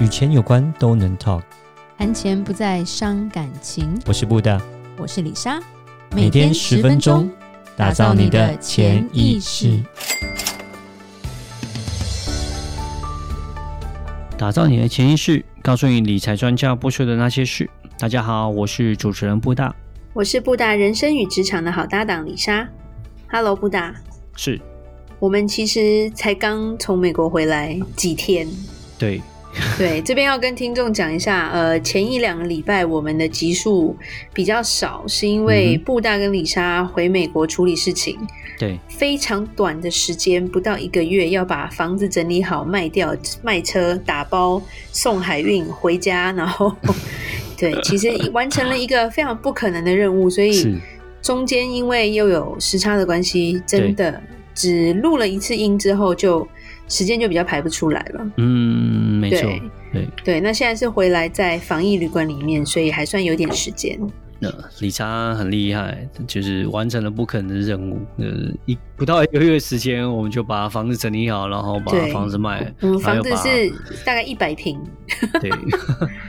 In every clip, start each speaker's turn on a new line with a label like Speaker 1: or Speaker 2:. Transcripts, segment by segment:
Speaker 1: 与钱有关都能 talk。
Speaker 2: 谈钱不再伤感情。
Speaker 1: 我是布大，
Speaker 2: 我是李莎，
Speaker 1: 每天十分钟，打造你的潜意识，
Speaker 3: 打造你的潜意识，告诉你理财专家不说的那些事。大家好，我是主持人布大，
Speaker 4: 我是布达人生与职场的好搭档李莎。Hello，布达，
Speaker 3: 是
Speaker 4: 我们其实才刚从美国回来几天。
Speaker 3: 对，
Speaker 4: 对，这边要跟听众讲一下，呃，前一两个礼拜我们的集数比较少，是因为
Speaker 3: 嗯
Speaker 4: 布大跟李莎回美国处理事情，
Speaker 3: 对，
Speaker 4: 非常短的时间，不到一个月，要把房子整理好，卖掉，卖车，打包送海运回家，然后 对，其实完成了一个非常不可能的任务，所以
Speaker 3: 是，
Speaker 4: 中间因为又有时差的关系，真的只录了一次音之后就，时间就比较排不出来了。
Speaker 3: 嗯，没错，
Speaker 4: 对
Speaker 3: 对。
Speaker 4: 对，那现在是回来在防疫旅馆里面，所以还算有点时间。
Speaker 3: 那李莎很厉害，就是完成了不可能的任务。呃，一不到一个月时间，我们就把房子整理好，然后把
Speaker 4: 对
Speaker 3: 房子卖了，
Speaker 4: 我们
Speaker 3: 然
Speaker 4: 嗯房
Speaker 3: 后
Speaker 4: 子
Speaker 3: 又把
Speaker 4: 是大概一百平，
Speaker 3: 对，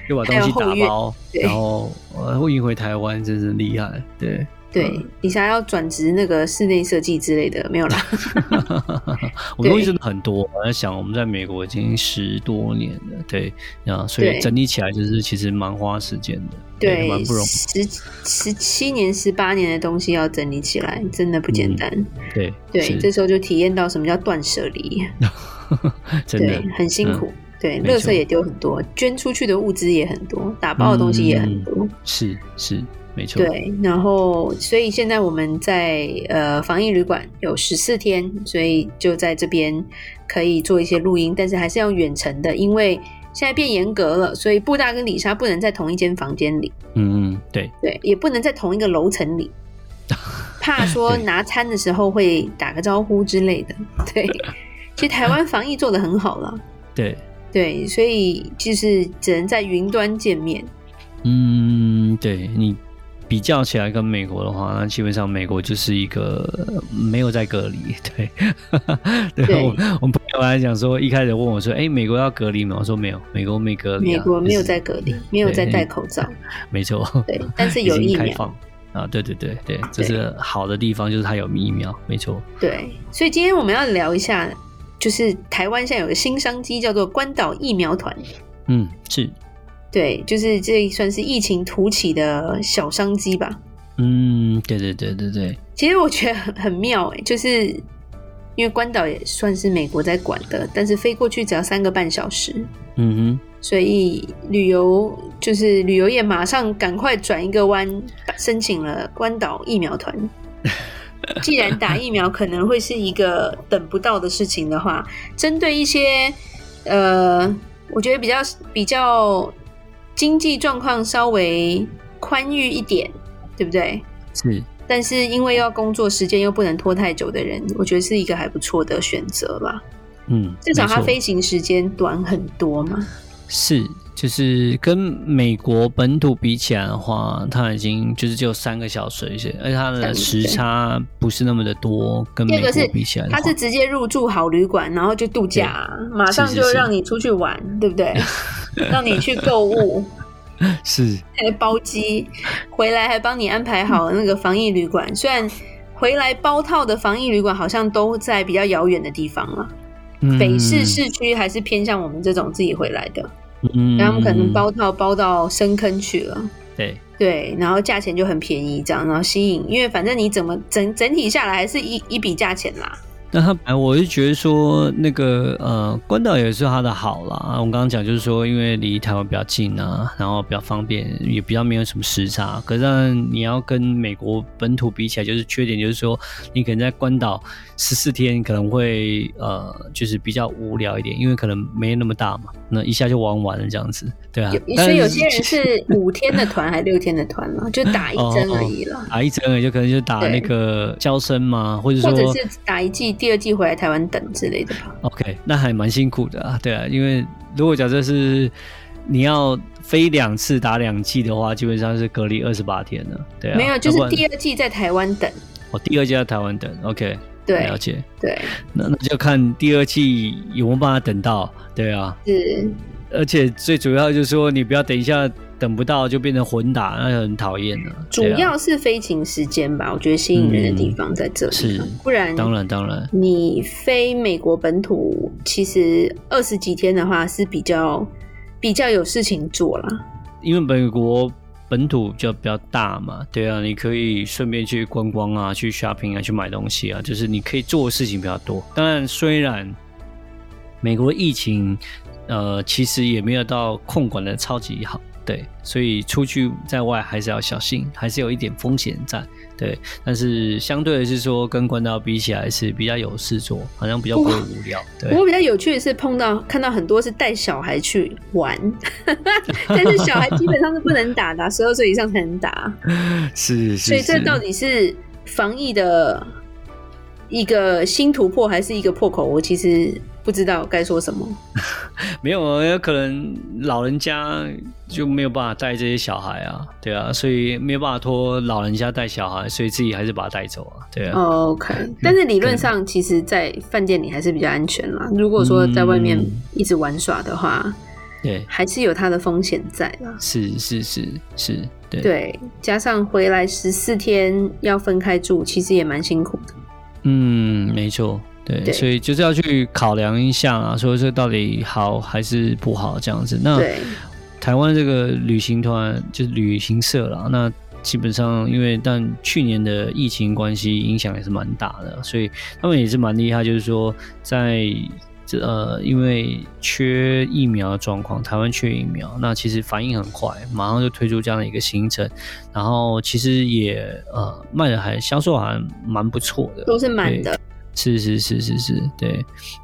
Speaker 3: 又把东
Speaker 4: 还有
Speaker 3: 西
Speaker 4: 后
Speaker 3: 打
Speaker 4: 院
Speaker 3: 包，
Speaker 4: 对
Speaker 3: 然后呃运回台湾，真是厉害。对，
Speaker 4: 对，你想要转职那个室内设计之类的，没有啦。
Speaker 3: 我们东西真的很多，我在想我们在美国已经十多年了，对啊，所以
Speaker 4: 对
Speaker 3: 整理起来就是其实蛮花时间的，
Speaker 4: 对
Speaker 3: 蛮，不容易，
Speaker 4: 十十七年、十八年的东西要整理起来，真的不简单。
Speaker 3: 对
Speaker 4: 对，
Speaker 3: 嗯是
Speaker 4: 这时候就体验到什么叫断舍离，
Speaker 3: 真
Speaker 4: 对
Speaker 3: 的，嗯
Speaker 4: 很辛苦。对，
Speaker 3: 没
Speaker 4: 垃
Speaker 3: 错
Speaker 4: 圾也丢很多，捐出去的物资也很多，打包的东西也很多。
Speaker 3: 嗯是是没错，
Speaker 4: 对，然后所以现在我们在呃防疫旅馆有十四天，所以就在这边可以做一些录音，但是还是要远程的，因为现在变严格了，所以布大跟李莎不能在同一间房间里，
Speaker 3: 嗯嗯对，
Speaker 4: 对，也不能在同一个楼层 里，怕说
Speaker 3: 对
Speaker 4: 拿餐的时候会打个招呼之类的。 对，其实台湾防疫做得很好了，
Speaker 3: 对，
Speaker 4: 对，所以就是只能在云端见面。
Speaker 3: 嗯对你。比较起来跟美国的话，那基本上美国就是一个呃没有在隔离，对， 对
Speaker 4: 对
Speaker 3: 我我朋友来讲说，一开始问我说，哎、美国要隔离吗？我说没有，美国没隔离、啊，
Speaker 4: 美国没有在
Speaker 3: 就是
Speaker 4: 隔离，没有在
Speaker 3: 对
Speaker 4: 戴口罩，
Speaker 3: 没错，
Speaker 4: 对，但是
Speaker 3: 已
Speaker 4: 有
Speaker 3: 经
Speaker 4: 疫
Speaker 3: 开
Speaker 4: 苗。
Speaker 3: 放啊，对对对对，这是好的地方，就是它有疫苗，没错，
Speaker 4: 对，所以今天我们要聊一下，就是台湾现在有个新商机，叫做关岛疫苗团。
Speaker 3: 嗯，是，
Speaker 4: 对，就是这算是疫情突起的小商机吧。
Speaker 3: 嗯，对对对对对，
Speaker 4: 其实我觉得很很妙哎、 就是因为关岛也算是美国在管的，但是飞过去只要三个半小时，
Speaker 3: 嗯
Speaker 4: 所以旅游就是旅游业马上赶快转一个弯，申请了关岛疫苗团。既然打疫苗可能会是一个等不到的事情的话，针对一些呃，我觉得比较比较经济状况稍微宽裕一点，对不对？
Speaker 3: 哼，是，
Speaker 4: 但是因为要工作时间又不能拖太久的人，我觉得是一个还不错的选择吧。
Speaker 3: 嗯，
Speaker 4: 至少
Speaker 3: 没
Speaker 4: 它
Speaker 3: 错
Speaker 4: 飞行时间短很多嘛。
Speaker 3: 是。就是跟美国本土比起来的话，它已经就是只有三个小时一些，而且它
Speaker 4: 三
Speaker 3: 的
Speaker 4: 个
Speaker 3: 时
Speaker 4: 对
Speaker 3: 差不是那么的多，跟
Speaker 4: 第
Speaker 3: 美
Speaker 4: 二个
Speaker 3: 国
Speaker 4: 是
Speaker 3: 比起来的话，
Speaker 4: 他是直接入住好旅馆，然后就度假啊，马上
Speaker 3: 是是
Speaker 4: 就是让你出去玩，对 不对？让你去购物，
Speaker 3: 是
Speaker 4: 还包机，回来还帮你安排好那个防疫旅馆。虽然回来包套的防疫旅馆好像都在比较遥远的地方了，
Speaker 3: 嗯
Speaker 4: 北市市区还是偏向我们这种自己回来的，
Speaker 3: 嗯，嗯
Speaker 4: 然后他们可能包套包到深坑去了。
Speaker 3: 对，
Speaker 4: 对，然后价钱就很便宜，这样，然后吸引，因为反正你怎么整整体下来还是一一笔价钱啦，
Speaker 3: 那他本来我是觉得说，那个呃，关岛也是它的好啦。啊我们刚刚讲就是说，因为离台湾比较近啊，然后比较方便，也比较没有什么时差。可是当然你要跟美国本土比起来，就是缺点就是说，你可能在关岛十四天可能会呃，就是比较无聊一点，因为可能没那么大嘛，那一下就玩完了这样子，对啊。
Speaker 4: 有，
Speaker 3: 但
Speaker 4: 所
Speaker 3: 是
Speaker 4: 以有些人是五天的团还六天的团嘛，就打一针而已啦，
Speaker 3: 打一针啊而已，就可能就打
Speaker 4: 对
Speaker 3: 那个交生嘛，或者哦说
Speaker 4: 或者是打一剂，第二剂回来台湾等之类的吧。
Speaker 3: OK，那还蛮辛苦的啊，对啊，因为如果假设是你要飞两次打两剂的话，基本上是隔离二十八天的，对啊，
Speaker 4: 没有，就是第
Speaker 3: 二
Speaker 4: 二剂在台湾等。
Speaker 3: 我、哦第二季在台湾等，OK，
Speaker 4: 对
Speaker 3: 了解，
Speaker 4: 对，
Speaker 3: 那那就看第二季有没有办法等到，对啊，
Speaker 4: 是，
Speaker 3: 而且最主要就是说，你不要等一下等不到就变成混打，那很讨厌的。
Speaker 4: 主
Speaker 3: 对啊
Speaker 4: 要是飞行时间吧，我觉得吸引人的地方在这里
Speaker 3: 嗯是
Speaker 4: 啊，不然
Speaker 3: 当然当然，
Speaker 4: 你飞美国本土，其实二十几天的话是比较比较有事情做啦。
Speaker 3: 因为美国本土就比较大嘛，对啊，你可以顺便去观光啊，去 shopping 啊，去买东西啊，就是你可以做的事情比较多。当然，虽然美国疫情，呃，其实也没有到控管的超级好，对，所以出去在外还是要小心，还是有一点风险在，对。但是相对的是说，跟关岛比起来是比较有事做，好像比较不会无聊，对
Speaker 4: 不。过比较有趣的是，碰到看到很多是带小孩去玩， 但是小孩基本上是不能打的啊、十二岁以上才能打，
Speaker 3: 是是是。
Speaker 4: 所以这到底是防疫的一个新突破，还是一个破口？我其实不知道该说什么。
Speaker 3: 没有啊，有可能老人家就没有办法带这些小孩啊，对啊，所以没有办法托老人家带小孩，所以自己还是把他带走啊，对啊。
Speaker 4: 哦 OK，但是理论上，其实，在饭店里还是比较安全啦。如果说在外面
Speaker 3: 嗯
Speaker 4: 一直玩耍的话，
Speaker 3: 对，
Speaker 4: 还是有它的风险在啦。
Speaker 3: 是是是是，对，
Speaker 4: 对，加上回来十四天要分开住，其实也蛮辛苦的。
Speaker 3: 嗯，没错，对，
Speaker 4: 对
Speaker 3: 所以就是要去考量一下啊，说这到底好还是不好这样子。那
Speaker 4: 对，
Speaker 3: 台湾这个旅行团就是旅行社啦，那基本上因为但去年的疫情关系影响也是蛮大的，所以他们也是蛮厉害，就是说在这呃因为缺疫苗的状况，台湾缺疫苗，那其实反应很快，马上就推出这样的一个行程，然后其实也呃卖的还销售还蛮不错的，
Speaker 4: 都是满的。
Speaker 3: 是是是是是，对，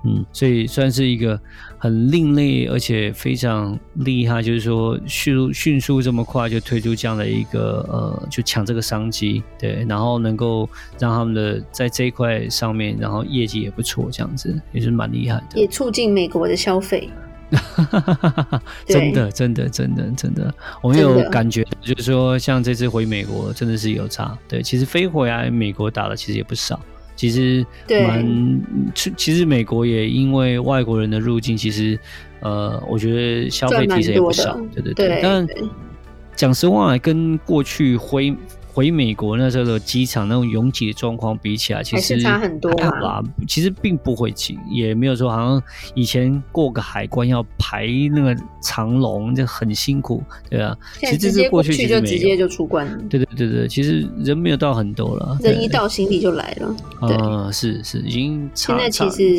Speaker 3: 嗯，所以算是一个很另类，而且非常厉害，就是说迅速迅速这么快就推出这样的一个呃，就抢这个商机，对，然后能够让他们的在这一块上面，然后业绩也不错，这样子也是蛮厉害的。
Speaker 4: 也促进美国的消费，
Speaker 3: 真的，真的，真的，真的，我们
Speaker 4: 真
Speaker 3: 有
Speaker 4: 的
Speaker 3: 感觉，就是说，像这次回美国，真的是有差。对，其实飞回来美国打的其实也不少，其实
Speaker 4: 对
Speaker 3: 蛮，其其实美国也因为外国人的入境，其实呃，我觉得消费
Speaker 4: 赚蛮
Speaker 3: 提升也不
Speaker 4: 多的
Speaker 3: 少，对对
Speaker 4: 对
Speaker 3: 但
Speaker 4: 对
Speaker 3: 讲实话，跟过去回回美国那时候的机场那种拥挤的状况比起来，其
Speaker 4: 还
Speaker 3: 实
Speaker 4: 是差很多啊
Speaker 3: 还好啦。其实并不会挤，也没有说好像以前过个海关要排那个长龙，就很辛苦，对啊。其实
Speaker 4: 现在
Speaker 3: 这
Speaker 4: 直
Speaker 3: 次
Speaker 4: 接过
Speaker 3: 去
Speaker 4: 去
Speaker 3: 其
Speaker 4: 就
Speaker 3: 实
Speaker 4: 直
Speaker 3: 没
Speaker 4: 接
Speaker 3: 有。
Speaker 4: 就出关了，
Speaker 3: 对对对对，其实人没有到很多了，对
Speaker 4: 人一，到行李就来了。对
Speaker 3: 嗯、是是，已经差
Speaker 4: 现在
Speaker 3: 差
Speaker 4: 其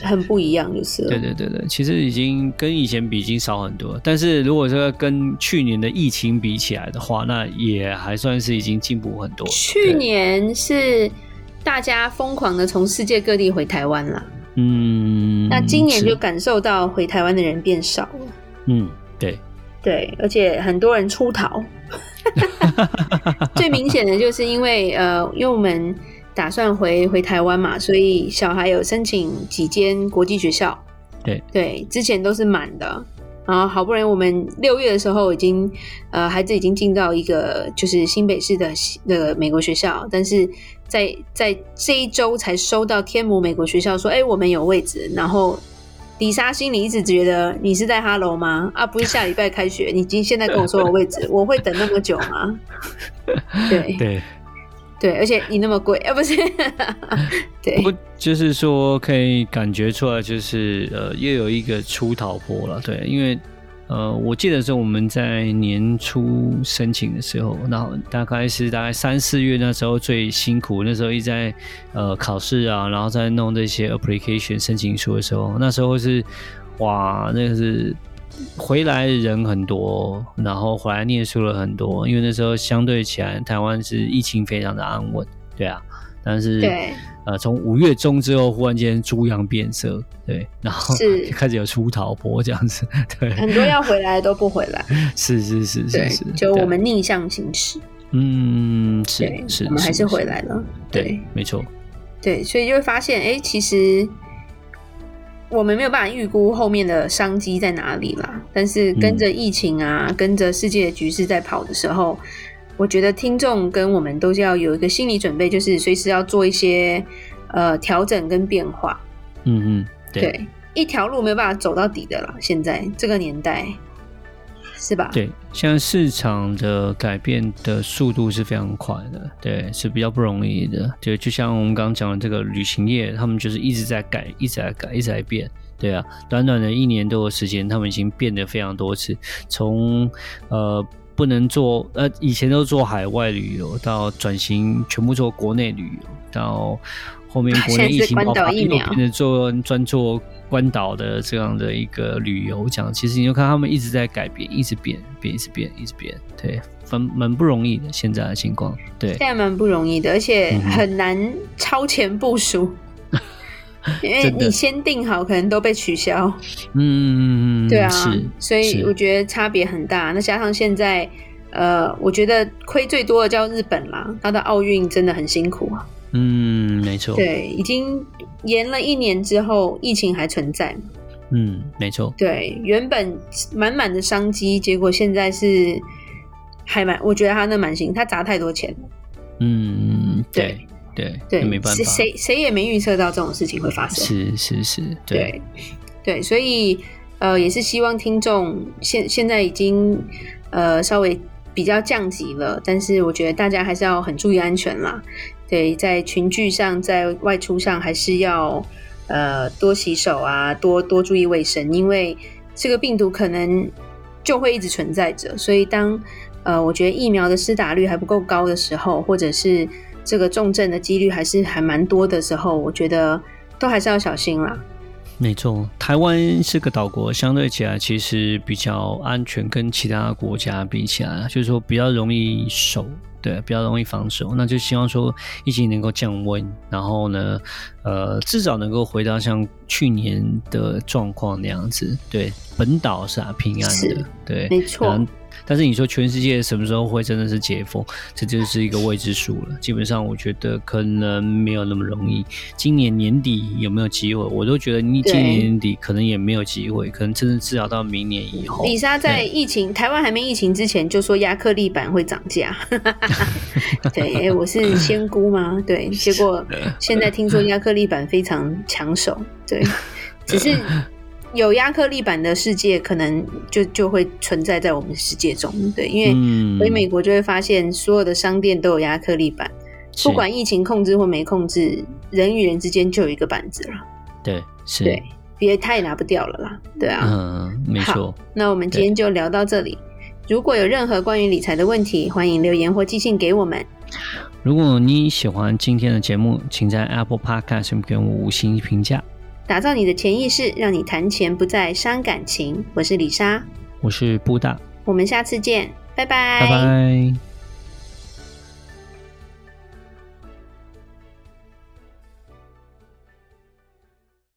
Speaker 4: 实很不一样，就是了
Speaker 3: 对对对对，其实已经跟以前比已经少很多，但是如果说跟去年的疫情比起来的话，那也还算是已经进步很多。
Speaker 4: 去
Speaker 3: 对，
Speaker 4: 年是大家疯狂的从世界各地回台湾啦，
Speaker 3: 嗯，
Speaker 4: 那今年
Speaker 3: 是
Speaker 4: 就感受到回台湾的人变少了。
Speaker 3: 嗯，对，
Speaker 4: 对，而且很多人 出逃。 最明显的就是因为呃，因为我们打算回回台湾嘛，所以小孩有申请几间国际学校。
Speaker 3: 对
Speaker 4: 对，之前都是满的，然后好不容易我们六月的时候已经呃，孩子已经进到一个就是新北市的西的美国学校，但是在在这一周才收到天母美国学校说，哎、我们有位置，然后。李莎心里一直觉得你是在哈喽吗？啊，不是下礼拜开学，你今现在跟我说有位置，我会等那么久吗？对
Speaker 3: 对。
Speaker 4: 对，而且你那么贵，啊，不是？ 对
Speaker 3: 不过就是说，可以感觉出来，就是呃，又有一个出逃坡了，对，因为呃，我记得是我们在年初申请的时候，那大概是大概三四月那时候最辛苦，那时候一直在呃考试啊，然后在弄这些 application 申请书的时候，那时候是哇，那个是。回来的人很多，然后回来念书了很多，因为那时候相对起来，台湾是疫情非常的安稳，对啊，但是
Speaker 4: 对，
Speaker 3: 呃，从五月中之后，忽然间猪羊变色，对，然后
Speaker 4: 是
Speaker 3: 就 开始有出逃坡这样子，对，
Speaker 4: 很多要回来都不回来，
Speaker 3: 是是 是
Speaker 4: 嗯对
Speaker 3: 是是，，
Speaker 4: 就
Speaker 3: 对
Speaker 4: 我，们逆向行驶，
Speaker 3: 嗯，
Speaker 4: 对
Speaker 3: 是，是，
Speaker 4: 我们还是回来了，
Speaker 3: 对，没错，
Speaker 4: 对，所以就会发现，哎，其实我们没有办法预估后面的商机在哪里啦。但是
Speaker 3: 嗯
Speaker 4: 跟着疫情啊，跟着世界的局势在跑的时候，我觉得听众跟我们都是要有一个心理准备，就是随时要做一些呃调整跟变化。
Speaker 3: 嗯嗯，对，
Speaker 4: 对，一条路没有办法走到底的啦。现在这个年代，是吧？
Speaker 3: 对，现在市场的改变的速度是非常快的，对，是比较不容易的。对，就像我们刚刚讲的这个旅行业，他们就是一直在改，一直在改，一直在变。对啊，短短的一年多的时间，他们已经变得非常多次，从呃不能做呃以前都做海外旅游，到转型全部做国内旅游，到后 面国内疫情爆发，
Speaker 4: 现在是关岛疫
Speaker 3: 又
Speaker 4: 苗
Speaker 3: 变得做专做关岛的这样的一个旅游，这样其实你就看他们一直在改变，一直变，变，一直变，一直变，对，蛮蛮不容易的现在的情况，对
Speaker 4: 现在蛮不容易的，而且
Speaker 3: 嗯
Speaker 4: 很难超前部 署，因为
Speaker 3: 真的
Speaker 4: 你先定好，可能都被取消。
Speaker 3: 嗯，
Speaker 4: 对啊
Speaker 3: 是，，
Speaker 4: 所以
Speaker 3: 是
Speaker 4: 我觉得差别很大。那加上现在，呃，我觉得亏最多的叫日本啦，它的奥运真的很辛苦啊。
Speaker 3: 嗯，没错，
Speaker 4: 对，已经延了一年之后，疫情还存在嘛。
Speaker 3: 嗯，没错，
Speaker 4: 对，原本满满的商机，结果现在是还蛮，我觉得他那蛮辛苦，他砸太多钱了。
Speaker 3: 嗯，对
Speaker 4: 对
Speaker 3: 对
Speaker 4: 对，
Speaker 3: 那没办法，
Speaker 4: 谁谁谁也没预测到这种事情会发生。
Speaker 3: 是是是，对，
Speaker 4: 对对，所以呃，也是希望听众现现在已经呃稍微比较降级了，但是我觉得大家还是要很注意安全啦。对，在群聚上，在外出上，还是要呃多洗手啊，多多注意卫生，因为这个病毒可能就会一直存在着，所以当呃我觉得疫苗的施打率还不够高的时候，或者是这个重症的几率还是还蛮多的时候，我觉得都还是要小心啦。
Speaker 3: 没错。台湾是个岛国，相对起来其实比较安全，跟其他国家比起来，就是说比较容易守。对，比较容易防守，那就希望说疫情能够降温，然后呢，呃，至少能够回到像去年的状况那样子。对，本岛是啊平安的
Speaker 4: 是，
Speaker 3: 对，
Speaker 4: 没错
Speaker 3: 然后但是你说全世界什么时候会真的是解封，这就是一个未知数了。基本上我觉得可能没有那么容易。今年年底有没有机会，我都觉得你
Speaker 4: 对
Speaker 3: 今年年底可能也没有机会，可能真的至少到明年以后。
Speaker 4: 李莎在
Speaker 3: 对
Speaker 4: 疫情台湾还没疫情之前就说亚克力板会涨 价，对，诶我是仙姑吗？对，结果现在听说亚克力板非常抢手， 对，只是有亚克力板的世界可能就就会存在在我们世界中，对，因为
Speaker 3: 嗯
Speaker 4: 回美国就会发现所有的商店都有亚克力板，
Speaker 3: 是
Speaker 4: 不管疫情控制或没控制，人与人之间就有一个板子了，
Speaker 3: 对是
Speaker 4: 对，别他也拿不掉了啦，对啊，
Speaker 3: 嗯，没错
Speaker 4: 好，那我们今天就聊到这里。如果有任何关于理财的问题，欢迎留言或寄信给我们。
Speaker 3: 如果你喜欢今天的节目，请在 Apple Podcast 上给我们五星评价。
Speaker 4: 打造你的潜意识，让你谈钱不再伤感情。我是李莎，
Speaker 3: 我是布大，
Speaker 4: 我们下次见，拜拜
Speaker 3: 拜拜